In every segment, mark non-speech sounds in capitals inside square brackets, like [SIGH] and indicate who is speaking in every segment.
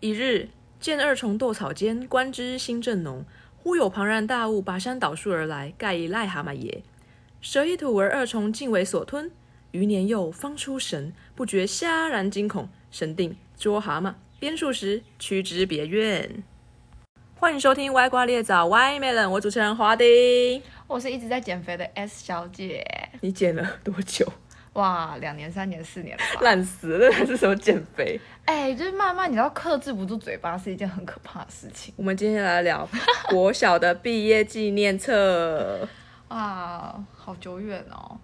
Speaker 1: 一日，见二重斗草间，观之心正浓。忽有庞然大物拔山倒树而来，盖一癞蛤蟆也。蛇一吐而二重尽为所吞。余年幼，方出神，不觉虾然惊恐，神定捉蛤蟆，鞭数十，驱之别院。欢迎收听《歪瓜裂枣》歪 melon，我主持人华丁。
Speaker 2: 我是一直在减肥的 S 小姐，
Speaker 1: 你减了多久？
Speaker 2: 哇，两年、三年、四年了吧？
Speaker 1: 烂死了，这是什么减肥？
Speaker 2: [LAUGHS]
Speaker 1: [LAUGHS]
Speaker 2: 哎、就是慢慢你要克制不住嘴巴是一件很可怕的事情。
Speaker 1: 我们今天来聊国小的毕业纪念册，
Speaker 2: 哇，好久远哦。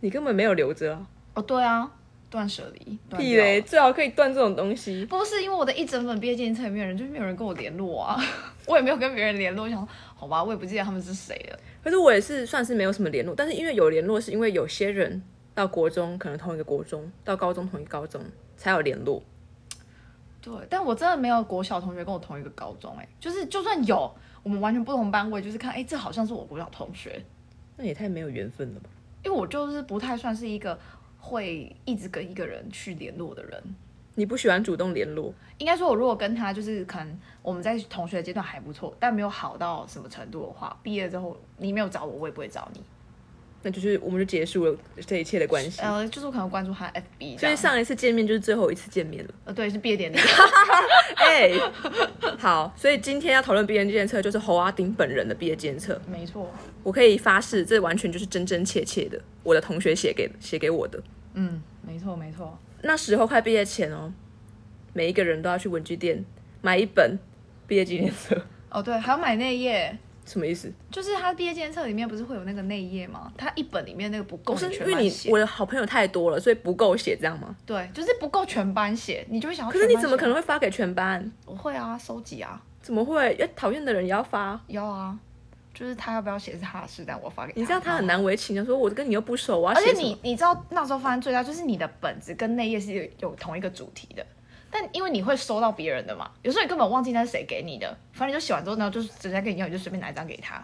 Speaker 1: 你根本没有留着啊！
Speaker 2: 哦，对啊，断舍离，断
Speaker 1: 屁
Speaker 2: 掉
Speaker 1: 嘞，
Speaker 2: 了
Speaker 1: 最好可以断这种东西。
Speaker 2: 不是因为我的一整本毕业纪念册里面有人，就是没有人跟我联络啊， [LAUGHS] 我也没有跟别人联络。我想说，好吧，我也不记得他们是谁了。
Speaker 1: 可是我也是算是没有什么联络，但是因为有联络，是因为有些人到国中可能同一个国中，到高中同一个高中才有联络。
Speaker 2: 对，但我真的没有国小同学跟我同一个高中、哎，就是就算有，我们完全不同班，我也就是看，哎、这好像是我国小同学，
Speaker 1: 那也太没有缘分了吧？
Speaker 2: 因为我就是不太算是一个会一直跟一个人去联络的人。
Speaker 1: 你不喜欢主动联络，
Speaker 2: 应该说，我如果跟他就是可能我们在同学的阶段还不错，但没有好到什么程度的话，毕业之后你没有找我，我也不会找你。
Speaker 1: 那就是我们就结束了这一切的关系。
Speaker 2: 呃，就是我可能关注他的 FB，这
Speaker 1: 所以
Speaker 2: 样
Speaker 1: 上一次见面就是最后一次见面
Speaker 2: [LAUGHS]
Speaker 1: 了。
Speaker 2: 呃对是毕业
Speaker 1: [LAUGHS]
Speaker 2: 典礼，
Speaker 1: 哎、好，所以今天要讨论毕业监测，就是侯阿丁本人的毕业监测。
Speaker 2: 没错，
Speaker 1: 我可以发誓，这完全就是真真切切的，我的同学写给写给我的。
Speaker 2: 嗯，没错没错，
Speaker 1: 那时候快毕业前哦，每一个人都要去文具店买一本毕业纪念册，
Speaker 2: 哦对，还要买内页。
Speaker 1: 什么意思？
Speaker 2: 就是他毕业纪念册里面不是会有那个内页吗？他一本里面那个不够，
Speaker 1: 不是因
Speaker 2: 全
Speaker 1: 为
Speaker 2: 班
Speaker 1: 你
Speaker 2: 写。
Speaker 1: 我的好朋友太多了，所以不够写这样吗？
Speaker 2: 对，就是不够全班写，你就会想要
Speaker 1: 可
Speaker 2: 全
Speaker 1: 是
Speaker 2: 班
Speaker 1: 你
Speaker 2: 写。
Speaker 1: 怎么可能会发给全班？
Speaker 2: 我会啊，收集啊，
Speaker 1: 怎么会？要讨厌的人也要发，
Speaker 2: 要啊，就是他要不要写是他的事，但我发给他。
Speaker 1: 你这样他很
Speaker 2: 然后
Speaker 1: 难为情的。说我跟你又不熟，我要
Speaker 2: 而
Speaker 1: 写
Speaker 2: 且
Speaker 1: 什么
Speaker 2: 你？你知道那时候发现最大就是你的本子跟内页是有有同一个主题的，但因为你会收到别人的嘛，有时候你根本忘记那是谁给你的，反正你就写完之后，然后就是人家给你要，你就随便拿一张给他，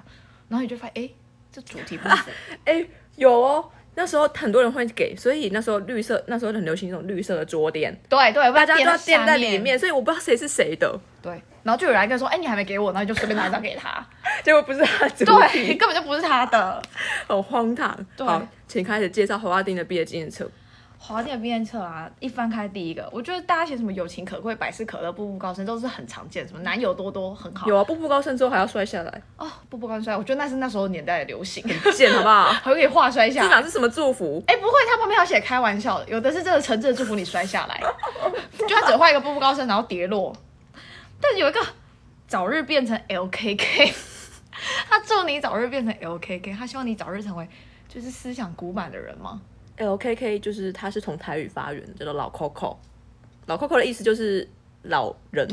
Speaker 2: 然后你就发现哎。诶这主题不
Speaker 1: [LAUGHS]
Speaker 2: 符，
Speaker 1: 哎、有哦，那时候很多人会给，所以那时候绿色，那时候很流行那种绿色的桌垫，
Speaker 2: 对对，
Speaker 1: 大家都要
Speaker 2: 垫
Speaker 1: 垫在里
Speaker 2: 面，
Speaker 1: 面，所以我不知道谁是谁的。
Speaker 2: 对，然后就有人来跟你说，哎，你还没给我，然后你就随便拿一张给
Speaker 1: [LAUGHS]
Speaker 2: 他，
Speaker 1: 结果不是他主题
Speaker 2: 对，，根本就不是他的。
Speaker 1: 很荒唐。
Speaker 2: 对
Speaker 1: 好，请开始介绍侯阿丁的毕业纪念册。
Speaker 2: 华电的毕业册啊，一翻开第一个，我觉得大家写什么友情可贵、百事可乐、步步高升都是很常见，什么男友多多很好
Speaker 1: 有啊，步步高升之后还要摔下来，
Speaker 2: 哦，步步高升，我觉得那是那时候年代的流行， [LAUGHS]
Speaker 1: 贱好不 [LAUGHS] 好？
Speaker 2: 还可以画摔
Speaker 1: 这
Speaker 2: 下来。
Speaker 1: 哪是什么祝福？
Speaker 2: 哎、不会，他旁边还有写开玩笑的，有的是这个诚挚的祝福你摔下来，就他只画一个步步高升，然后跌落。但有一个早日变成 LKK，他祝你早日变成 LKK，他希望你早日成为就是思想古板的人吗？
Speaker 1: LKK 就是它是从台语发源，叫做老 Coco。老 Coco 的意思就是老人，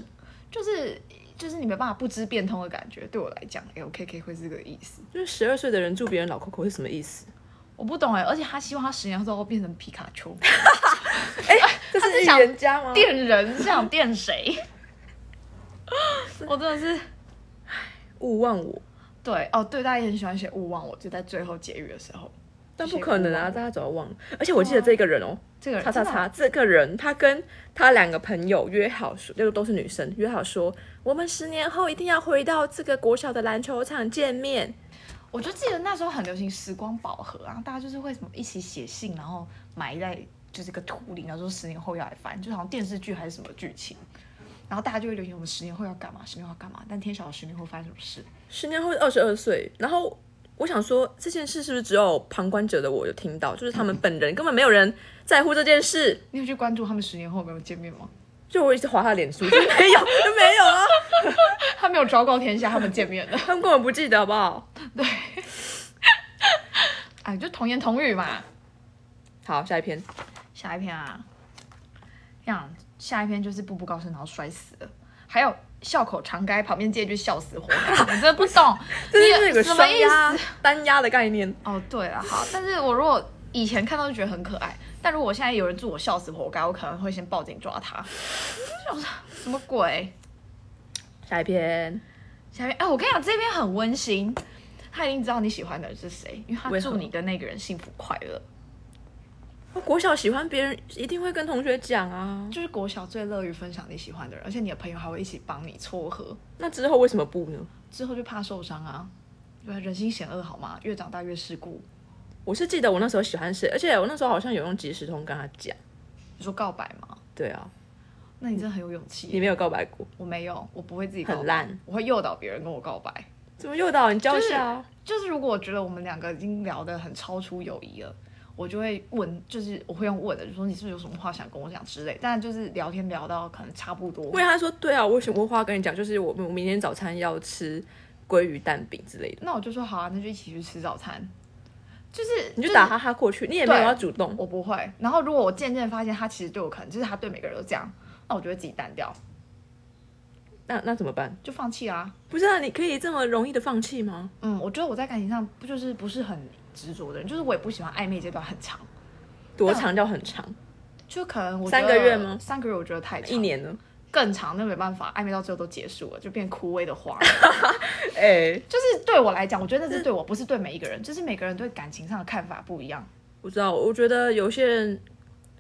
Speaker 2: 就是就是你没办法不知变通的感觉，对我来讲，LKK 会是这个意思。
Speaker 1: 就是十二岁的人祝别人老 Coco 是什么意思？
Speaker 2: 我不懂哎，而且他希望他十年后变成皮卡丘，
Speaker 1: 这
Speaker 2: 是
Speaker 1: 是预
Speaker 2: 想
Speaker 1: 言家吗？
Speaker 2: [LAUGHS] 电人是想电谁？ [LAUGHS] 我真的是
Speaker 1: 勿忘我，
Speaker 2: 对哦，对，大家也很喜欢写勿忘我，就在最后结语的时候，
Speaker 1: 但不可能啊，
Speaker 2: 谁勿忘我
Speaker 1: 大家早就忘了。而且我记得这个人哦，
Speaker 2: 这个人
Speaker 1: 叉叉
Speaker 2: 真的啊
Speaker 1: 叉，这个人他跟他两个朋友约好说，就都是女生，约好说我们十年后一定要回到这个国小的篮球场见面。
Speaker 2: 我就记得那时候很流行时光宝盒啊，大家就是会什么一起写信，然后埋在就是一个土里，然后说十年后要来翻，就好像电视剧还是什么剧情，然后大家就会流行我们十年后要干嘛，十年后要干嘛，但天晓得十年后发生什么事。
Speaker 1: 十年后二十二岁，然后我想说这件事是不是只有旁观者的我有听到？就是他
Speaker 2: 嗯
Speaker 1: 们本人根本没有人在乎这件事。
Speaker 2: 你有去关注他们十年后有没有见面吗？
Speaker 1: 就我一直划他脸书，就没有， [LAUGHS] 就没有啊，
Speaker 2: 他没有昭告天下他们见面的，
Speaker 1: 他们根本不记得好不好？
Speaker 2: 哎，就童言童语嘛。
Speaker 1: 好，下一篇，
Speaker 2: 下一篇啊，这样下一篇就是步步高升，然后摔死了，还有笑口常开，旁边接一句笑死活该，我真的不 [LAUGHS] 懂
Speaker 1: 这就是有
Speaker 2: 你
Speaker 1: 个
Speaker 2: 什么
Speaker 1: 双
Speaker 2: 意思
Speaker 1: 压。单压的概念。
Speaker 2: 哦，对了，好，但是我如果以前看到就觉得很可爱，但如果现在有人祝我笑死活该，我可能会先报警抓他。我想说什么鬼？
Speaker 1: 下一篇，
Speaker 2: 下面哎，我跟你讲，这边很温馨，他一定知道你喜欢的人是谁，因为他
Speaker 1: 为何
Speaker 2: 祝你跟那个人幸福快乐。
Speaker 1: 国小喜欢别人一定会跟同学讲啊，
Speaker 2: 就是国小最乐于分享你喜欢的人，而且你的朋友还会一起帮你撮合。
Speaker 1: 那之后为什么不呢？
Speaker 2: 之后就怕受伤啊，对啊，人心险恶好吗？越长大越世故。
Speaker 1: 我是记得我那时候喜欢谁，而且我那时候好像有用即时通跟他讲。
Speaker 2: 你说告白吗？
Speaker 1: 对啊，
Speaker 2: 那你真的很有勇气耶。
Speaker 1: 你没有告白过，
Speaker 2: 我没有，我不会自己告白
Speaker 1: 很，烂，
Speaker 2: 我会诱导别人跟我告白。
Speaker 1: 怎么诱导你教下啊？
Speaker 2: 就是如果我觉得我们两个已经聊得很超出友谊了，我就会问，就是我会用问的，就说你是不是有什么话想跟我讲之类。但就是聊天聊到可能差不多
Speaker 1: 因，为他说对啊，我有什么话跟你讲，就是我我明天早餐要吃鲑鱼蛋饼之类的，
Speaker 2: 那我就说好啊，那就一起去吃早餐。就是
Speaker 1: 你就是打哈哈过去，你也没有
Speaker 2: 对
Speaker 1: 要主动。
Speaker 2: 我不会。然后如果我渐渐发现他其实对我可能就是他对每个人都这样，那我就会自己淡掉，
Speaker 1: 那那怎么办？
Speaker 2: 就放弃啦、
Speaker 1: 不是啊，你可以这么容易的放弃吗？
Speaker 2: 嗯，我觉得我在感情上不就是不是很执着的人，就是我也不喜欢暧昧阶段很长，
Speaker 1: 多长叫很长？
Speaker 2: 就可能我
Speaker 1: 三
Speaker 2: 觉得
Speaker 1: 个月吗
Speaker 2: 三个月我觉得太长，
Speaker 1: 一年呢？
Speaker 2: 更长那没办法，暧昧到最后都结束了，就变枯萎的花。
Speaker 1: [LAUGHS] 哎、
Speaker 2: 就是对我来讲，我觉得
Speaker 1: 嗯
Speaker 2: 那是对我，不是对每一个人，就是每个人对感情上的看法不一样。
Speaker 1: 我知道，我觉得有些人，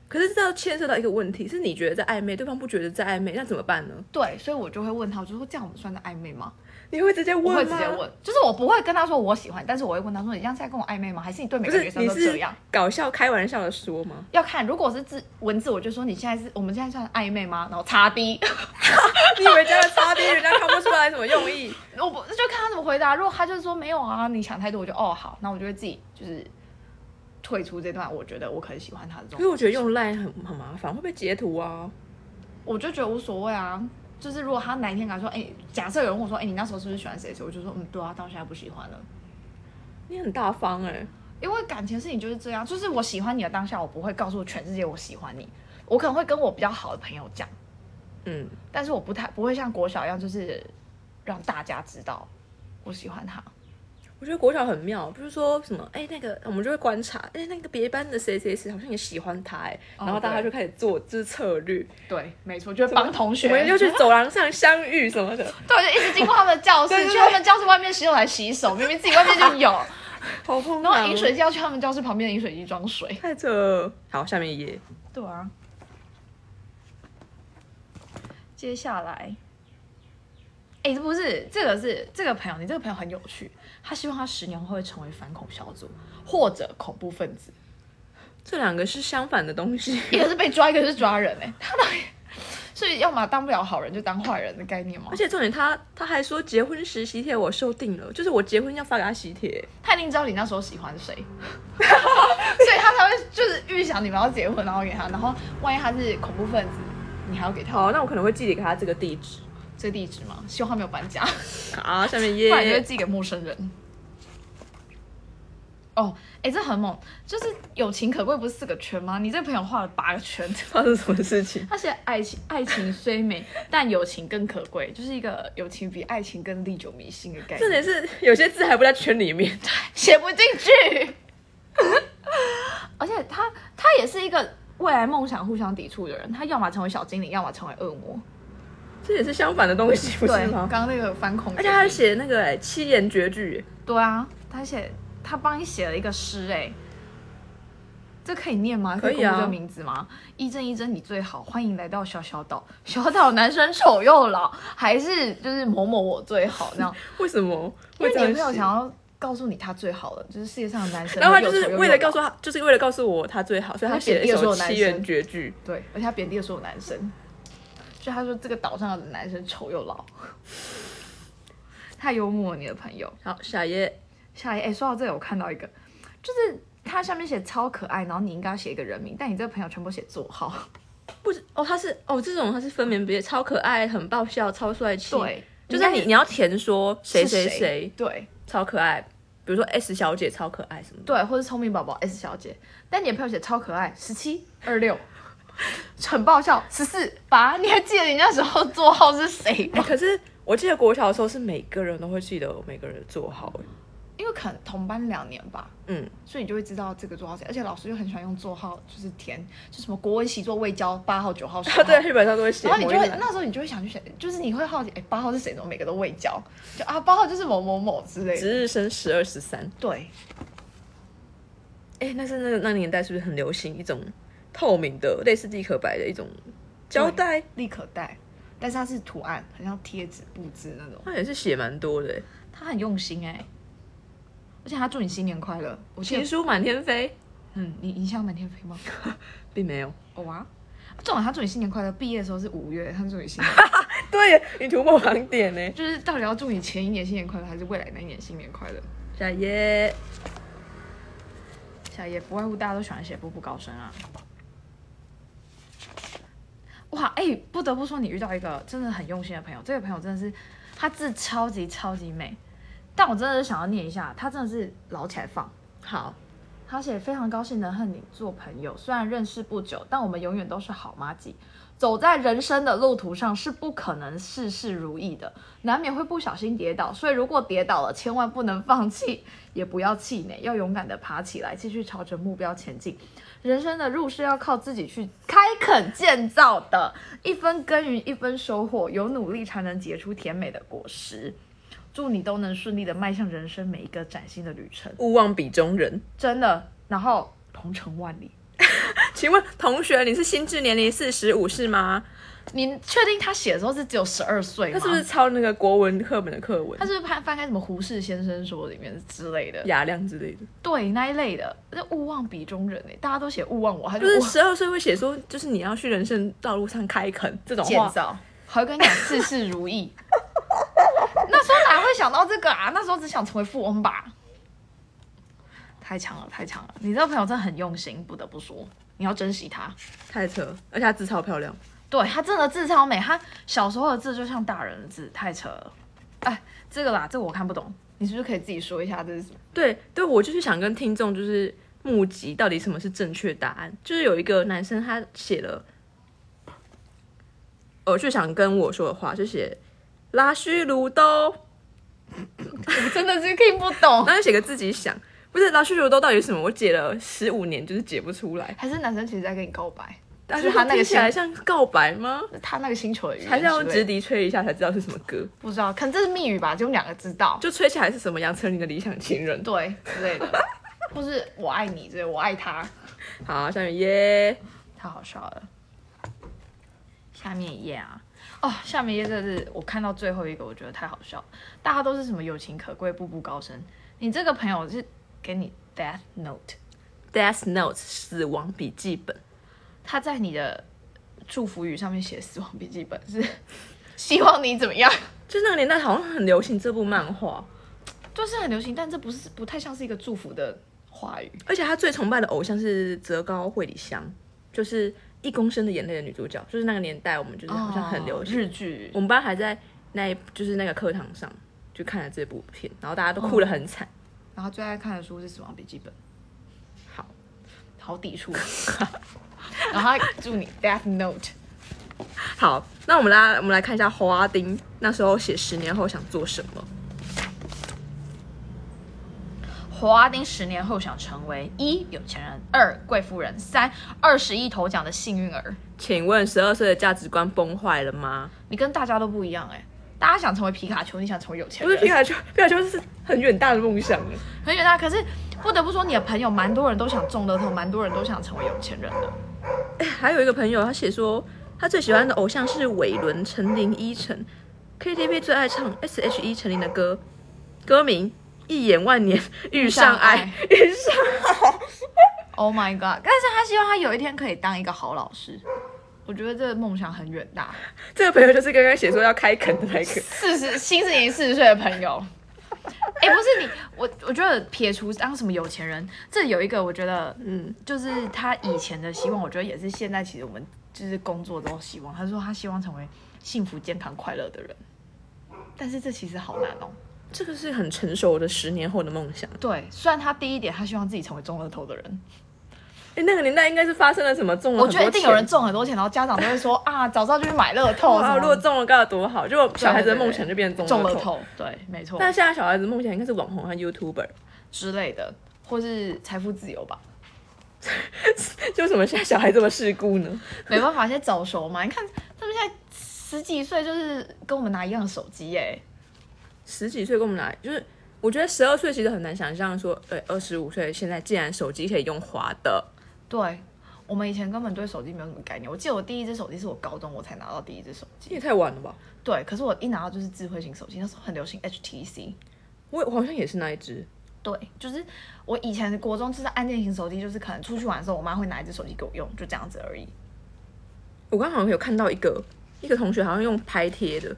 Speaker 1: 可是这要牵涉到一个问题，是你觉得在暧昧，对方不觉得在暧昧，那怎么办呢？
Speaker 2: 对，所以我就会问他，我就说这样我们算在暧昧吗？
Speaker 1: 你会直接问啊
Speaker 2: 我
Speaker 1: 吗？
Speaker 2: 会直接，问，就是我不会跟他说我喜欢，但是我会问他说你这样是在跟我暧昧吗？还是你对每
Speaker 1: 不
Speaker 2: 个
Speaker 1: 是
Speaker 2: 女生
Speaker 1: 你
Speaker 2: 都这
Speaker 1: 是
Speaker 2: 样？
Speaker 1: 搞笑开玩笑的说吗？ [LAUGHS]
Speaker 2: 要看，如果是字文字，我就说你现在是我们现在算暧昧吗？然后擦 B， [LAUGHS]
Speaker 1: 你以为这样擦边，人家看不出来什么用 [LAUGHS] 意？
Speaker 2: 我不就看他怎么回答。如果他就是说没有啊，你想太多，我就哦好，那我就会自己就是退出这段。我觉得我可能喜欢他的
Speaker 1: 可
Speaker 2: 这
Speaker 1: 是
Speaker 2: 种，
Speaker 1: 我觉得用 line 很很麻烦，会被截图啊。
Speaker 2: 我就觉得无所谓啊。就是如果他哪一天敢说，哎、假设有人问我说，哎、你那时候是不是喜欢谁谁？我就说，嗯，对啊，到现在不喜欢了。
Speaker 1: 你很大方哎、
Speaker 2: 因为感情的事情就是这样，就是我喜欢你的当下，我不会告诉全世界我喜欢你，我可能会跟我比较好的朋友讲，
Speaker 1: 嗯，
Speaker 2: 但是我不太不会像国小一样，就是让大家知道我喜欢他。
Speaker 1: 我觉得国小很妙，不是说什么哎、那个，我们就会观察，哎、那个别班的谁谁谁好像也喜欢他哎、
Speaker 2: 哦
Speaker 1: 然后大家
Speaker 2: 对
Speaker 1: 就开始做就是策略，
Speaker 2: 对，没错，就是帮同学，
Speaker 1: 我们就去走廊上相遇什么的，
Speaker 2: [LAUGHS] 对，就一直经过他们的教室，
Speaker 1: 对对对
Speaker 2: 去他们教室外面洗手台洗手，明明自己外面就有，
Speaker 1: [LAUGHS] 好疯
Speaker 2: 然后
Speaker 1: 狂
Speaker 2: 饮水机要去他们教室旁边的饮水机装水。
Speaker 1: 太扯了。好，下面一页，
Speaker 2: 对啊。接下来，哎、这不是这个是这个朋友，你这个朋友很有趣，他希望他十年后会成为反恐小组或者恐怖分子，
Speaker 1: 这两个是相反的东西。
Speaker 2: 一个是被抓，一个是抓人哎、他到底是要么当不了好人就当坏人的概念吗
Speaker 1: 而？且重点他，他还说结婚时喜帖我收定了，就是我结婚要发给他喜帖，
Speaker 2: 他一定知道你那时候喜欢谁， [LAUGHS] 所以他才会就是预想你们要结婚，然后给他，然后万一他是恐怖分子，你还要给他
Speaker 1: 好，那我可能会寄给他这个地址。
Speaker 2: 这地址吗？希望他没有搬家，
Speaker 1: 好，下面一
Speaker 2: 不然就会
Speaker 1: 页，
Speaker 2: 寄给陌生人。哦，哎、这很猛，就是友情可贵不是四个圈吗？你这朋友画了八个圈， [LAUGHS]
Speaker 1: 发生什么事情？
Speaker 2: 他写爱情，爱情虽美，但友情更可贵，就是一个友情比爱情更历久弥新的概
Speaker 1: 重
Speaker 2: 念，
Speaker 1: 点是有些字还不在圈里面。
Speaker 2: 写不进去。 [LAUGHS] 而且他他也是一个未来梦想互相抵触的人，他要么成为小精灵，要么成为恶魔，
Speaker 1: 这也是相反的东西，不是
Speaker 2: 对，刚
Speaker 1: 吗？
Speaker 2: 刚那个反恐，
Speaker 1: 而且他写那个哎、七言绝句，
Speaker 2: 对啊，他写他帮你写了一个诗、哎，这可以念吗？
Speaker 1: 可以啊
Speaker 2: 公布这个名字吗？一真一真你最好，欢迎来到小小岛， [LAUGHS] 小岛男生丑又老，还是就是某某我最好
Speaker 1: [LAUGHS]
Speaker 2: 这样，
Speaker 1: 为什么会
Speaker 2: 因为
Speaker 1: 这
Speaker 2: 你
Speaker 1: 样
Speaker 2: 有没有
Speaker 1: 写
Speaker 2: 想要告诉你他最好了，就是世界上的男生，
Speaker 1: 然后他就是为了告
Speaker 2: 诉。
Speaker 1: 诉他，就是为了告诉我他最好，所以他写了一
Speaker 2: 他贬低
Speaker 1: 首
Speaker 2: 了所有
Speaker 1: 七
Speaker 2: 男
Speaker 1: 言
Speaker 2: 生
Speaker 1: 绝句。
Speaker 2: 对，而且他贬低了所有男生，就他说这个岛上的男生丑又老， [LAUGHS] 太幽默了你的朋友。
Speaker 1: 好，下一页，
Speaker 2: 下一哎、说到这个，我看到一个，就是他下面写超可爱，然后你应该写一个人名，但你这个朋友全部写座号。
Speaker 1: 不是哦，他是哦，这种他是分门别类，超可爱，很爆笑，超帅气。，
Speaker 2: 对，
Speaker 1: 就是你你要填说谁
Speaker 2: 是
Speaker 1: 谁
Speaker 2: 谁
Speaker 1: 谁
Speaker 2: 对
Speaker 1: 超可爱，比如说 S 小姐超可爱什么的。
Speaker 2: 对，或是聪明宝宝 S 小姐，但你的朋友写超可爱，十七二六。很爆笑，十四八，你还记得你那时候座号是谁
Speaker 1: 哎、
Speaker 2: 吗？
Speaker 1: 可是我记得国小的时候是每个人都会记得每个人的座号，哎
Speaker 2: [LAUGHS] 因为可能同班两年吧，
Speaker 1: 嗯，
Speaker 2: 所以你就会知道这个座号谁，而且老师就很喜欢用座号，就是填，就什么国文习作未交八号、九号、十 [LAUGHS]
Speaker 1: [LAUGHS]
Speaker 2: 号，
Speaker 1: 对，黑板上都会写
Speaker 2: 然
Speaker 1: 某
Speaker 2: 后
Speaker 1: 一
Speaker 2: 你
Speaker 1: 栏。
Speaker 2: 就会那时候你就会想去选，就是你会好奇，哎，八号是谁？怎么每个都未交？就啊，八号就是某某某之类的。
Speaker 1: 值日生十二十三，
Speaker 2: 对，
Speaker 1: 哎、那是那个那个年代是不是很流行一种透明的，类似地可白的一种胶带？
Speaker 2: 立可带，但是它是图案，很像贴纸布置那种。
Speaker 1: 它也是写蛮多的欸，
Speaker 2: 他很用心哎、而且他祝你新年快乐。我记
Speaker 1: 情
Speaker 2: 得，
Speaker 1: 书满天飞，
Speaker 2: 嗯，你你想满天飞吗？
Speaker 1: [LAUGHS] 并没有。
Speaker 2: [LAUGHS] 哦啊，重点他祝你新年快乐。毕业的时候是五月，他祝你 [LAUGHS] 新年，
Speaker 1: 对耶，你涂抹盲点 [LAUGHS] 呢？
Speaker 2: 就是到底要祝你前一年新年快乐，还是未来那一年新年快乐？
Speaker 1: 小耶，
Speaker 2: 小叶不外乎大家都喜欢写步步高升啊。哇，哎、不得不说，你遇到一个真的很用心的朋友，这个朋友真的是他字超级超级美，但我真的是想要念一下，他真的是老起来放。
Speaker 1: 好，
Speaker 2: 他写非常高兴能和你做朋友，虽然认识不久，但我们永远都是好妈吉。走在人生的路途上是不可能事事如意的，难免会不小心跌倒，所以如果跌倒了，千万不能放弃，也不要气馁，要勇敢的爬起来，继续朝着目标前进。人生的路是要靠自己去开垦建造的，一分耕耘一分收获，有努力才能结出甜美的果实。祝你都能顺利的迈向人生每一个崭新的旅程。
Speaker 1: 勿忘比中人。
Speaker 2: 真的，然后同城万里。
Speaker 1: 请问同学，你是心智年龄四十五是吗？
Speaker 2: 你确定他写的时候是只有十二岁吗？
Speaker 1: 他是不是？抄那个国文课本的课文
Speaker 2: 他？是不是翻翻开什么《胡适先生说》里面之类的？
Speaker 1: 雅量之类的，
Speaker 2: 对，那一类的，那勿忘笔中人哎，大家都写勿忘我，他
Speaker 1: 就
Speaker 2: 就勿
Speaker 1: 是
Speaker 2: 忘
Speaker 1: 十二岁会写说，就是你要去人生道路上开垦这种
Speaker 2: 建
Speaker 1: 话，
Speaker 2: 造，还跟你讲事事如意。 [LAUGHS] 那时候哪会想到这个啊？那时候只想成为富翁吧。太强了，太强了！你这个朋友真的很用心，不得不说，你要珍惜他。
Speaker 1: 太扯，而且他字超漂亮。
Speaker 2: 对他真的字超美，他小时候的字就像大人的字，太扯了。哎，这个啦，这个我看不懂，你是不是可以自己说一下这是什么？ [LAUGHS]
Speaker 1: 对对，我就是想跟听众就是募集到底什么是正确答案。就是有一个男生他写了，呃，就想跟我说的话，就写拉须如兜，
Speaker 2: 我真的是听不懂，
Speaker 1: 然后写个自己想，不是拉须如兜到底是什么？我解了十五年就是解不出来。
Speaker 2: 还是男生其实在跟你告白，
Speaker 1: 但
Speaker 2: 是他那个
Speaker 1: 听起来
Speaker 2: 写
Speaker 1: 像告白吗？
Speaker 2: 他那个星球的语言
Speaker 1: 还是要
Speaker 2: 之类的
Speaker 1: 直笛吹一下才知道是什么歌？
Speaker 2: 不知道，可能这是密语吧，就我们两个知道，
Speaker 1: 就吹起来是什么？杨丞琳的理想情人。
Speaker 2: 对之类的， [LAUGHS] 或是我爱你之类的，我爱他，
Speaker 1: 好，下面耶。
Speaker 2: 太好笑了。下面一页啊，哦，下面一页这是我看到最后一个，我觉得太好笑了。大家都是什么友情可贵，步步高升。你这个朋友是给你 death note，
Speaker 1: Death Note 死亡笔记本，
Speaker 2: 他在你的祝福语上面写死亡笔记本是 [LAUGHS] 希望你怎么样，
Speaker 1: 就那个年代好像很流行这部漫画，
Speaker 2: 就是很流行，但这不是不太像是一个祝福的话语。
Speaker 1: 而且他最崇拜的偶像是泽高惠里香，就是《一公升的眼泪》的女主角，就是那个年代我们就是好像很流行，
Speaker 2: 哦日剧
Speaker 1: 我，们班还在那一就是那个课堂上就看了这部片，然后大家都哭得很惨。
Speaker 2: 然后最爱看的书是《死亡笔记本》，
Speaker 1: 好，
Speaker 2: 好抵触。 [LAUGHS] 然后他祝你 death note。
Speaker 1: 好，那我们来我们来看一下花丁那时候写十年后想做什么。
Speaker 2: 华丁十年后想成为一有钱人，二贵妇人，三二十亿头奖的幸运儿。
Speaker 1: 请问十二岁的价值观崩坏了吗？
Speaker 2: 你跟大家都不一样哎、大家想成为皮卡丘，你想成为有钱
Speaker 1: 不是皮
Speaker 2: 人，
Speaker 1: 卡丘，皮卡丘是很远大的梦想欸耶。
Speaker 2: 很远大。啊可是不得不说，你的朋友蛮多人都想中乐透，蛮多人都想成为有钱人的。
Speaker 1: 哎还有一个朋友，他写说他最喜欢的偶像是伟伦、陈琳、依晨，KTV 最爱唱 S.H.E 陈琳的歌，歌名《一眼万
Speaker 2: [LAUGHS]
Speaker 1: 年遇上爱》，遇上
Speaker 2: Oh my god！但是他希望他有一天可以当一个好老师，我觉得这个梦想很远大。
Speaker 1: [LAUGHS] 这个朋友就是刚刚写说要开垦的那个，
Speaker 2: 四十新四年四十岁的朋友。 [LAUGHS] 哎、不是你，我我觉得撇除当什么有钱人，这有一个我觉得，嗯，就是他以前的希望，我觉得也是现在其实我们就是工作中希望。他说他希望成为幸福、健康、快乐的人，但是这其实好难哦。
Speaker 1: 这个是很成熟的十年后的梦想。
Speaker 2: 对，虽然他第一点他希望自己成为中乐透的人，
Speaker 1: 哎，那个年代应该是发生了什么中了
Speaker 2: 我
Speaker 1: 嗯很多
Speaker 2: 觉
Speaker 1: 钱，
Speaker 2: 得一定有人中很多钱，然后家长都会说啊，早知道就去买乐透什
Speaker 1: 哇，
Speaker 2: 么，
Speaker 1: 如果中了该有多好！就小孩子的梦想就变成
Speaker 2: 中
Speaker 1: 乐
Speaker 2: 乐。透，对，没错，
Speaker 1: 但现在小孩子梦想应该是网红和 YouTuber， [LAUGHS]
Speaker 2: 之类的，或是财富自由吧。
Speaker 1: 就为什么现在小孩这么世故呢？
Speaker 2: 没办法，现在早熟嘛。你看他们现在十几岁，就是跟我们拿一样的手机耶、
Speaker 1: 十几岁跟我们来，就是我觉得十二岁其实很难想象说，呃，二十五岁现在竟然手机可以用滑的，
Speaker 2: 对，我们以前根本对手机没有什么概念。我记得我第一只手机是我高中我才拿到第一只手
Speaker 1: 这
Speaker 2: 机，
Speaker 1: 也太晚了吧？
Speaker 2: 对，可是我一拿到就是智慧型手机，那时候很流行哎 HTC。
Speaker 1: 我我好像也是那一只，
Speaker 2: 对，就是我以前国中就是按键型手机，就是可能出去玩的时候，我妈会拿一只手机给我用，就这样子而已。
Speaker 1: 我刚刚好像有看到一个一个同学好像用拍贴的，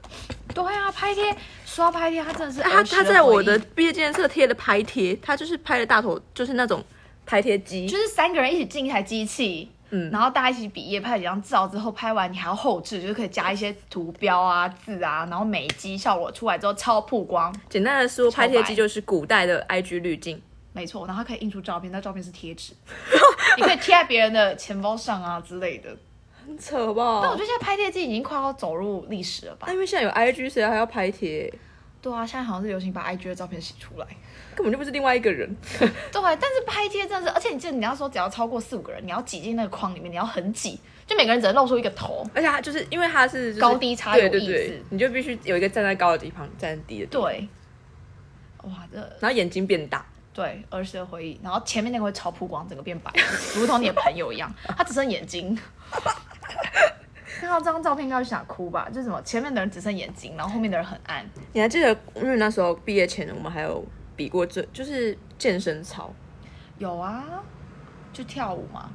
Speaker 2: 对啊，拍贴刷拍贴，他真的是
Speaker 1: 啊他
Speaker 2: 儿时
Speaker 1: 他在我的
Speaker 2: 回忆
Speaker 1: 毕业纪念册贴的拍贴，他就是拍的大头，就是那种拍贴机，
Speaker 2: 就是三个人一起进一台机器，
Speaker 1: 嗯
Speaker 2: 然后大家一起比耶拍几张照之后，拍完你还要后置，就是可以加一些图标啊、字啊，然后美肌效果出来之后超曝光，
Speaker 1: 简单的说，
Speaker 2: 超白
Speaker 1: 拍贴机就是古代的 IG 滤镜。
Speaker 2: 没错，然后它可以印出照片，那照片是贴纸， [LAUGHS] 你可以贴在别人的钱包上啊之类的。
Speaker 1: 很扯吧？
Speaker 2: [LAUGHS] 但我觉得现在拍贴机已经快要走入历史了吧
Speaker 1: 那？因为现在有 IG，谁还要拍贴？
Speaker 2: 对啊，现在好像是流行把 IG 的照片洗出来。
Speaker 1: 根本就不是另外一个人。
Speaker 2: 对，但是拍贴真的是，而且你记得你要说只要超过四五个人，你要挤进那个框里面，你要很挤，就每个人只能露出一个头。
Speaker 1: 而且他就是因为他是、就是
Speaker 2: 高低差有
Speaker 1: 对对
Speaker 2: 意
Speaker 1: 对
Speaker 2: 思，
Speaker 1: 你就必须有一个站在高的地方，站在低的地方，
Speaker 2: 对，哇，这
Speaker 1: 然后眼睛变大。
Speaker 2: 对儿时的回忆，然后前面那个会超曝光，整个变白，如同你的朋友一样，他只剩眼睛。看到这张照片应该就想哭吧？就是什么前面的人只剩眼睛，然后后面的人很暗。
Speaker 1: 你还记得，因为那时候毕业前我们还有比过这就是健身操，
Speaker 2: 有啊，就跳舞嘛，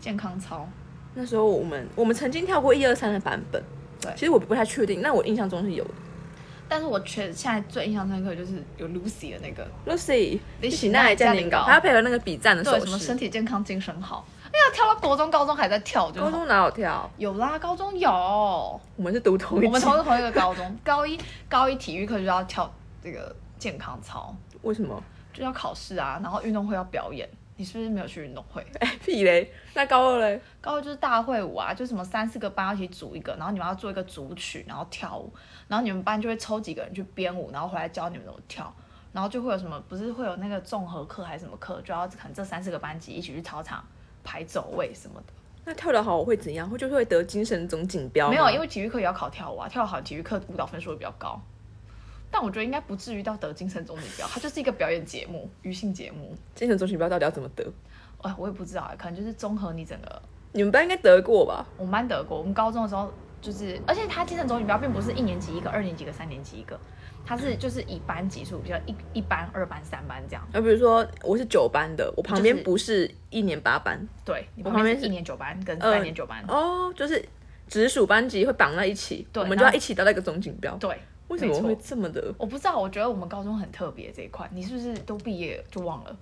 Speaker 2: 健康操。
Speaker 1: 那时候我们我们曾经跳过一二三的版本。
Speaker 2: 对
Speaker 1: 其实我不太确定，那我印象中是有的。
Speaker 2: 但是我觉得现在最印象深刻就是有 Lucy 的那个，
Speaker 1: Lucy，
Speaker 2: 一
Speaker 1: 一
Speaker 2: 起
Speaker 1: 起
Speaker 2: 那
Speaker 1: 那
Speaker 2: 一
Speaker 1: 一
Speaker 2: 家
Speaker 1: 家
Speaker 2: 年
Speaker 1: 年
Speaker 2: 糕
Speaker 1: 糕，还要配合那个比赞的手
Speaker 2: 对
Speaker 1: 势。
Speaker 2: 什么身体健康精神好，哎呀，跳到国中、高中还在跳就
Speaker 1: 高
Speaker 2: 好。
Speaker 1: 中哪有跳？
Speaker 2: 有啦，高中有，
Speaker 1: 我们是读同一届。
Speaker 2: 我们同是同一个高中，高一高一体育课就要跳这个健康操，
Speaker 1: 为什么？ [LAUGHS]
Speaker 2: 就要考试啊，然后运动会要表演。你是不是没有去运动会？
Speaker 1: 哎，屁嘞！那高二嘞？
Speaker 2: 高一就是大会舞啊，就什么三四个班要一起组一个，然后你们要做一个组曲，然后跳舞，然后你们班就会抽几个人去编舞，然后回来教你们怎么跳，然后就会有什么不是会有那个综合课还是什么课，就要可能这三四个班级一起去操场排走位什么的。
Speaker 1: 那跳得好我会怎样？会就会得精神总锦标吗？
Speaker 2: 没有，因为体育课也要考跳舞啊，跳得好体育课舞蹈分数会比较高。但我觉得应该不至于到得精神总指标，它就是一个表演节目，娱性节目。
Speaker 1: 精神总锦标到底要怎么得？
Speaker 2: 哎，我也不知道，可能就是综合你整个。
Speaker 1: 你们班应该得过吧？
Speaker 2: 我们班得过，我们高中的时候就是，而且它精神总指标并不是一年级一个、二年级一个、三年级一个，它是就是以班级数，比如说一一班、二班、三班这样。
Speaker 1: 呃那比如说我是九班的，我旁边
Speaker 2: 就是
Speaker 1: 不是一年八班
Speaker 2: 对，你
Speaker 1: 我
Speaker 2: 旁
Speaker 1: 旁
Speaker 2: 边
Speaker 1: 边
Speaker 2: 是
Speaker 1: 是
Speaker 2: 一年九班跟
Speaker 1: 呃
Speaker 2: 三年九班。
Speaker 1: 哦，就是直属班级会绑在一起，
Speaker 2: 嗯对
Speaker 1: 我们就要
Speaker 2: 然后
Speaker 1: 一起得到一个总锦标。
Speaker 2: 对，
Speaker 1: 为什么
Speaker 2: 没错
Speaker 1: 会这么的？
Speaker 2: 我不知道，我觉得我们高中很特别这一块，你是不是都毕业就忘了？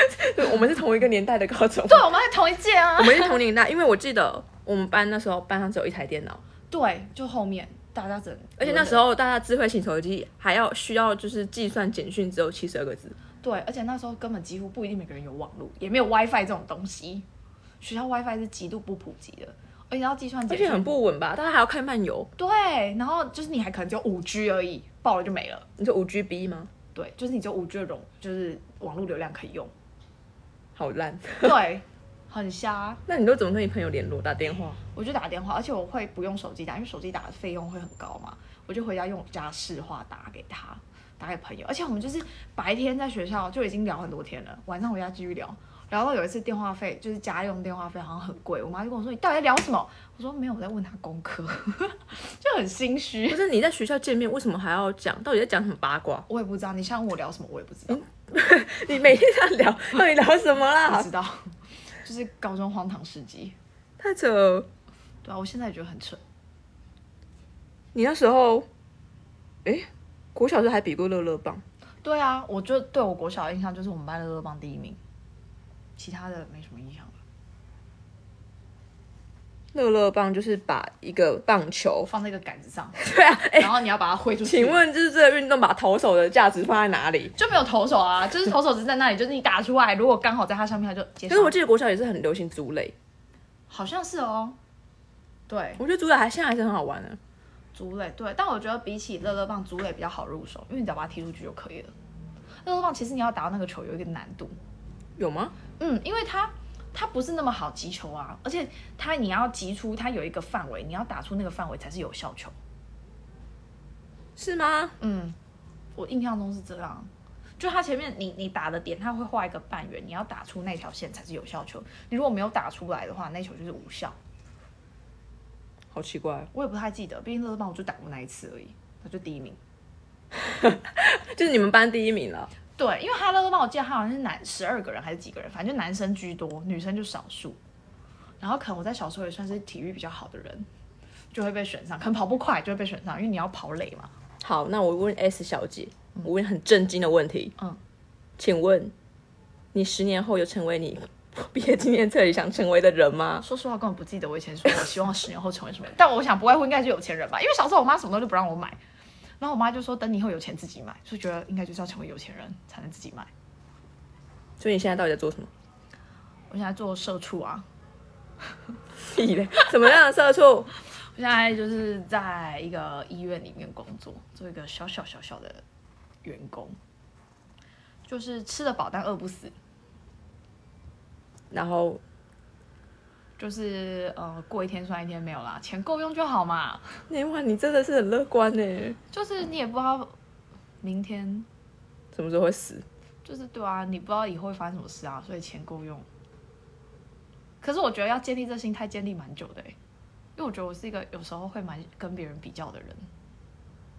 Speaker 1: [LAUGHS] 我们是同一个年代的高中，
Speaker 2: 对，我们还同一届啊
Speaker 1: 我。们是同年代，因为我记得我们班那时候班上只有一台电
Speaker 2: [LAUGHS]
Speaker 1: 脑，
Speaker 2: 对，就后面大家整，
Speaker 1: 而且那时候大家智慧型手机还要需要就是计算简讯只有七十二个字，
Speaker 2: 对，而且那时候根本几乎不一定每个人有网络，也没有 WiFi 这种东西，学校 WiFi 是极度不普及的，而且要计算
Speaker 1: 而
Speaker 2: 简
Speaker 1: 且
Speaker 2: 讯，
Speaker 1: 很不稳吧？大家还要看漫游，
Speaker 2: 对，然后就是你还可能只有五 G 而已，爆了就没了。
Speaker 1: 你说五 GB 吗？
Speaker 2: 对，就是你只有五 G 的容，就是网络流量可以用。
Speaker 1: 好烂。
Speaker 2: 对，很瞎。
Speaker 1: 那你都怎么跟你朋友联络？打电
Speaker 2: [LAUGHS]
Speaker 1: 话？
Speaker 2: 我就打电话，而且我会不用手机打，因为手机打的费用会很高嘛，我就回家用我家市话打给他，打给朋友。而且我们就是白天在学校就已经聊很多天了，晚上回家继续聊，聊到有一次电话费就是家用电话费好像很贵，我妈就跟我说你到底在聊什么？我说没有，我在问他功课， [LAUGHS] 就很心虚
Speaker 1: 不。是你在学校见面，为什么还要讲？到底在讲什么八卦？
Speaker 2: 我也不知道，你想问我聊什么，我也不知道，
Speaker 1: 你每天这样
Speaker 2: [LAUGHS]
Speaker 1: 聊，到底聊什么 [LAUGHS]
Speaker 2: 不
Speaker 1: 啦
Speaker 2: 知？道， [LAUGHS] 就是高中荒唐事迹。
Speaker 1: 太扯了！
Speaker 2: 对啊，我现在也觉得很蠢。
Speaker 1: 你那时候，哎、国小时候还比过乐乐棒，
Speaker 2: 对啊，我就对我国小的印象就是我们班的乐乐棒第一名，其他的没什么印象了。
Speaker 1: 乐乐棒就是把一个棒
Speaker 2: [LAUGHS]
Speaker 1: 球，
Speaker 2: 放在一个杆子上，
Speaker 1: 对啊，哎、
Speaker 2: 然后你要把它挥出去。
Speaker 1: 请问就是这个运动把投手的价值放在哪里？
Speaker 2: 就没有投手啊？就是投手只是在那里，就是你打出来，如果刚好在它上面，它就接
Speaker 1: 可是
Speaker 2: 上
Speaker 1: 我。记得国小也是很流行竹垒，
Speaker 2: 好像是哦，对，
Speaker 1: 我觉得竹垒还现在还是很好玩的、
Speaker 2: 竹垒对，但我觉得比起乐乐棒，竹垒比较好入手，因为你只要把它踢出去就可以了。乐乐棒其实你要打到那个球有一个难度，
Speaker 1: 有吗？
Speaker 2: 嗯，因为它它不是那么好击球啊，而且它你要击出它有一个范围，你要打出那个范围才是有效球。
Speaker 1: 是吗？
Speaker 2: 嗯，我印象中是这样。就它前面你你打的点，它会画一个半圆，你要打出那条线才是有效球。你如果没有打出来的话，那球就是无效。
Speaker 1: 好奇怪哦，
Speaker 2: 我也不太记得，毕竟乐乐棒我就打过那一次而已，他就第一名。
Speaker 1: 就是你们班第一名了。
Speaker 2: 对，因为他乐乐棒，我记得他好像是男十二个人还是几个人，反正就男生居多，女生就少数。然后可能我在小时候也算是体育比较好的人，就会被选上，可能跑步快就会被选上，因为你要跑垒嘛。
Speaker 1: 好，那我问 S 小姐，我问很震惊的问题，
Speaker 2: 嗯，
Speaker 1: 请问你十年后有成为你 [LAUGHS] 毕业纪念册里想成为的人吗？
Speaker 2: 说实话，根本不记得我以前说我希望十年后成为什么人，但我想不外乎应该是有钱人吧，因为小时候我妈什么东西都不让我买，然后我妈就说等你以后有钱自己买，就觉得应该就是要成为有钱人才能自己买。
Speaker 1: 所以你现在到底在做什么？ [LAUGHS]
Speaker 2: 我现在做社畜啊，
Speaker 1: 屁嘞，什么样的社畜？
Speaker 2: 我现在就是在一个医院里面工作，做一个小小小小的员工，就是吃得饱但饿不死，
Speaker 1: 然后
Speaker 2: 就是呃过一天算一天没有啦，钱够用就好嘛。
Speaker 1: 那哎哇，你真的是很乐观呢。
Speaker 2: 就是你也不知道明天，
Speaker 1: 什么时候会死？
Speaker 2: 就是对啊，你不知道以后会发生什么事啊，所以钱够用。可是我觉得要建立这心态，建立蛮久的、欸、因为我觉得我是一个有时候会蛮跟别人比较的人。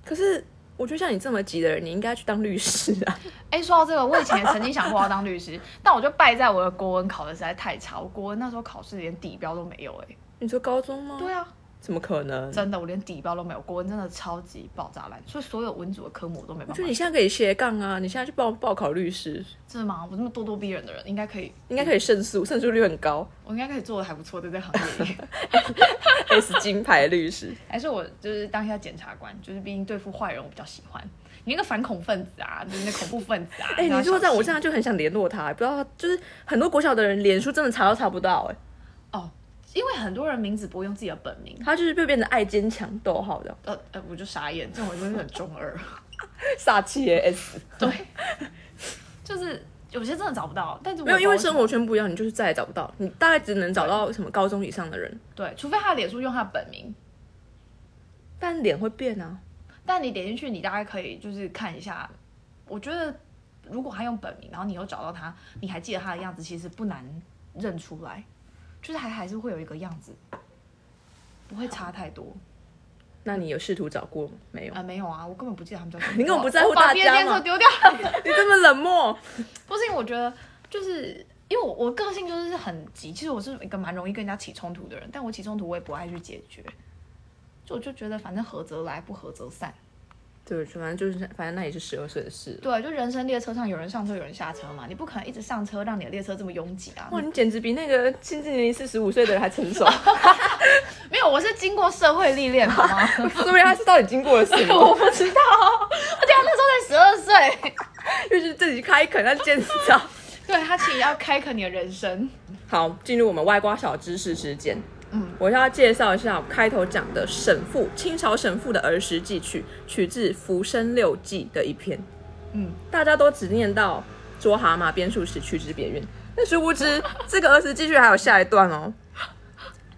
Speaker 1: 可是我觉得像你这么急的人，你应该去当律师啊。 [LAUGHS]
Speaker 2: 哎，说到这个，我以前也曾经想过要当律师，但我就败在我的国文考的实在太差，我国文那时候考试连底标都没有哎、
Speaker 1: 你说高中吗？
Speaker 2: 对啊，
Speaker 1: 怎么可能？
Speaker 2: 真的，我连底标都没有，国文真的超级爆炸烂，所以所有文组的科目我都没
Speaker 1: 我
Speaker 2: 办
Speaker 1: 觉
Speaker 2: 法
Speaker 1: 得。你现在可以斜杠啊，你现在去报报考律师，
Speaker 2: 真的吗？我这么咄咄逼人的人，应该可以，
Speaker 1: 应该可以胜诉，胜诉率很高
Speaker 2: 我应该可以做的还不错，在这个行
Speaker 1: [LAUGHS]
Speaker 2: 业里。
Speaker 1: ，S 金牌律
Speaker 2: [LAUGHS]
Speaker 1: 师。
Speaker 2: 还是我就是当一下检察官，就是毕竟对付坏人我比较喜欢。你那个反恐分子啊，就是那恐怖分子啊。
Speaker 1: 哎、
Speaker 2: 要
Speaker 1: 你说
Speaker 2: 小
Speaker 1: 这样，我
Speaker 2: 心
Speaker 1: 现在就很想联络他，欸不知道就是很多国小的人，脸书真的查都查不到、哎，
Speaker 2: 哦，因为很多人名字不会用自己的本名，
Speaker 1: 他就是被变成爱坚强逗号的 [LAUGHS]
Speaker 2: 呃呃，我就傻眼，这种人就是很中二。
Speaker 1: 煞气的 S，
Speaker 2: 对，就是有些真的找不到，但是我
Speaker 1: 没有，
Speaker 2: 也
Speaker 1: 因为
Speaker 2: 不知道
Speaker 1: 生活圈不一样，你就是再也找不到，你大概只能找到什么高中以上的人，
Speaker 2: 对，除非他的脸书用他的本名，
Speaker 1: 但脸会变啊，
Speaker 2: 但你点进去，你大概可以就是看一下。我觉得如果他用本名，然后你又找到他，你还记得他的样子，其实不难认出来，就是还还是会有一个样子，不会差太多
Speaker 1: 那你有试图找过吗？没有
Speaker 2: 啊、，没有啊，我根本不记得他们叫什么。
Speaker 1: [LAUGHS] 你根本不
Speaker 2: 我
Speaker 1: 在乎
Speaker 2: 我把
Speaker 1: 大
Speaker 2: 别人
Speaker 1: 家
Speaker 2: 电
Speaker 1: 嘛
Speaker 2: 车丢掉。
Speaker 1: [LAUGHS] 你这么冷漠，
Speaker 2: 不是因为我觉得，就是因为我我个性就是很急，其实我是一个蛮容易跟人家起冲突的人，但我起冲突我也不爱去解决，就我就觉得反正合则来，不合则散。
Speaker 1: 对，反正就是反正那也是十二岁的事了。
Speaker 2: 对，啊就人生列车上有人上车，有人下车嘛，你不可能一直上车让你的列车这么拥挤啊。
Speaker 1: 哇，你简直比那个心智年龄四十五岁的人还 [LAUGHS] 成熟，
Speaker 2: 没有，我是经过社会历练，好吗？ [LAUGHS]
Speaker 1: 说不定他是到底经过了什 [LAUGHS] 么
Speaker 2: 我。不知道，而且他那时候才十二岁，
Speaker 1: 就是自己开垦，要见识到。
Speaker 2: 对他其实要开垦你的人生。
Speaker 1: 好，进入我们外挂小知识时间。
Speaker 2: 嗯，
Speaker 1: 我要介绍一下我开头讲的沈复，清朝沈复的儿时寄曲，取自《浮生六记》的一篇。
Speaker 2: 嗯，
Speaker 1: 大家都只念到“捉蛤蟆编数时，去之别院”，但殊不知这个儿时寄曲还有下一段哦。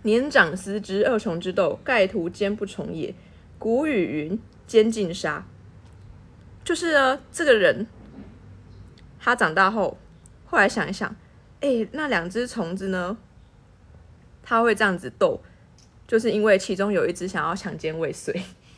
Speaker 1: 年长思之，二重之斗，盖图坚不从也。古语云：“坚尽杀。”就是呢，这个人他长大后，后来想一想，哎，那两只虫子呢？他会这样子斗，就是因为其中有一只想要强奸未遂。 [LAUGHS]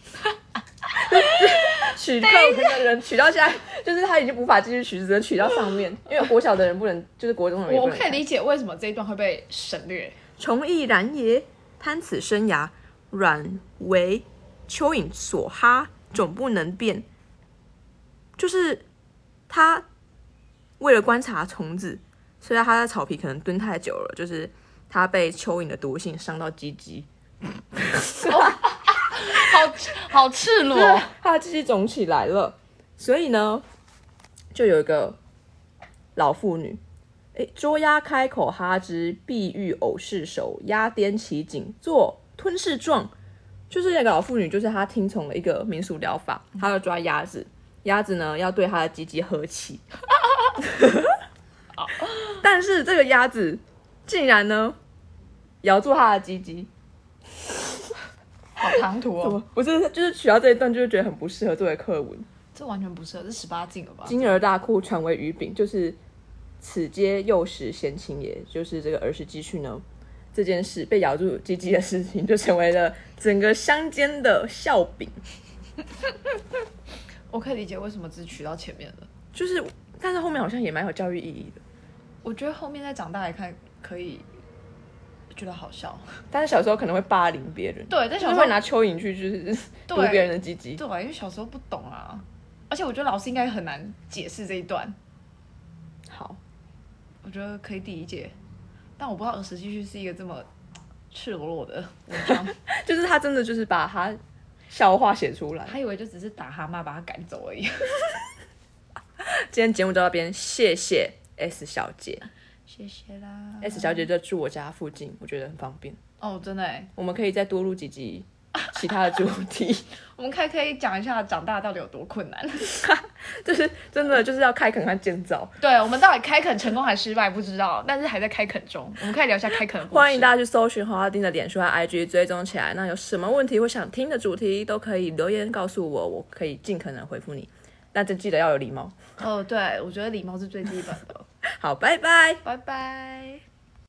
Speaker 1: 取扣子的人取到现在，就是他已经无法继续取，只能取到上面，因为国小的人不能，就是国中的人也
Speaker 2: 我
Speaker 1: 不
Speaker 2: 我
Speaker 1: 能
Speaker 2: 可以
Speaker 1: 看。
Speaker 2: 理解为什么这一段会被省略。
Speaker 1: 虫亦然也，贪此生涯，软为蚯蚓所哈，总不能变。就是他为了观察虫子，所以他在草皮可能蹲太久了，就是他被蚯蚓的毒性伤到鸡鸡，
Speaker 2: 好好赤 [LAUGHS] 裸，
Speaker 1: [LAUGHS] 他的鸡鸡肿起来了。所以呢，就有一个老妇女，诶，捉鸭开口哈之，必欲偶是手，鸭颠其颈，作吞噬状。就是那个老妇女，就是她听从了一个民俗疗法，她要抓鸭子，鸭子呢要对她的鸡鸡呵气。但是这个鸭子竟然呢咬住她的鸡鸡，
Speaker 2: 好唐突哦。哦 [LAUGHS]
Speaker 1: 我不是，就是取到这一段，就是觉得很不适合作为课文。
Speaker 2: 这完全不适合，这十八禁了吧？
Speaker 1: 金儿大库传为鱼饼，就是此皆幼时闲情也，就是这个儿时积蓄呢。这件事被咬住鸡鸡的事情，就成为了整个乡间的笑柄。
Speaker 2: 我可以理解为什么只取到前面了，
Speaker 1: 就是，但是后面好像也蛮有教育意义的。
Speaker 2: 我觉得后面再长大来看可以觉得好笑。
Speaker 1: 但是小时候可能会霸凌别人，
Speaker 2: 对，但
Speaker 1: 就
Speaker 2: 小
Speaker 1: 是
Speaker 2: 时候
Speaker 1: 会拿蚯蚓去就是
Speaker 2: 对
Speaker 1: 撸别人的鸡鸡。
Speaker 2: 对啊，因为小时候不懂啊，而且我觉得老师应该很难解释这一段，
Speaker 1: 好，
Speaker 2: 我觉得可以理解，但我不知道《儿时继续》是一个这么赤裸裸的文 [LAUGHS] 章，
Speaker 1: 就是他真的就是把他笑话写出来。
Speaker 2: 还以为就只是打哈骂把他赶走而已。
Speaker 1: 今天节目就到这边，谢谢 S 小姐。
Speaker 2: [LAUGHS] 谢谢啦
Speaker 1: S 小姐就住我家附近，我觉得很方便。
Speaker 2: 哦，真的哎，
Speaker 1: 我们可以再多录几 [LAUGHS] 集其他的主题，
Speaker 2: 我们可以可以讲一下长大到底有多困难。
Speaker 1: [LAUGHS]
Speaker 2: [LAUGHS]
Speaker 1: 就是真的就是要开垦和建造。
Speaker 2: 对，我们到底开垦成功还失败不知道，但是还在开垦中。我们可以聊一下开垦的故事。
Speaker 1: 欢迎大家去搜寻黄花丁的脸书和 IG 追踪起来。那有什么问题或想听的主题，都可以留言告诉我，我可以尽可能回复你。但就记得要有礼貌。
Speaker 2: 哦，对，我觉得礼貌是最基本的。
Speaker 1: 好，拜拜。
Speaker 2: 拜拜。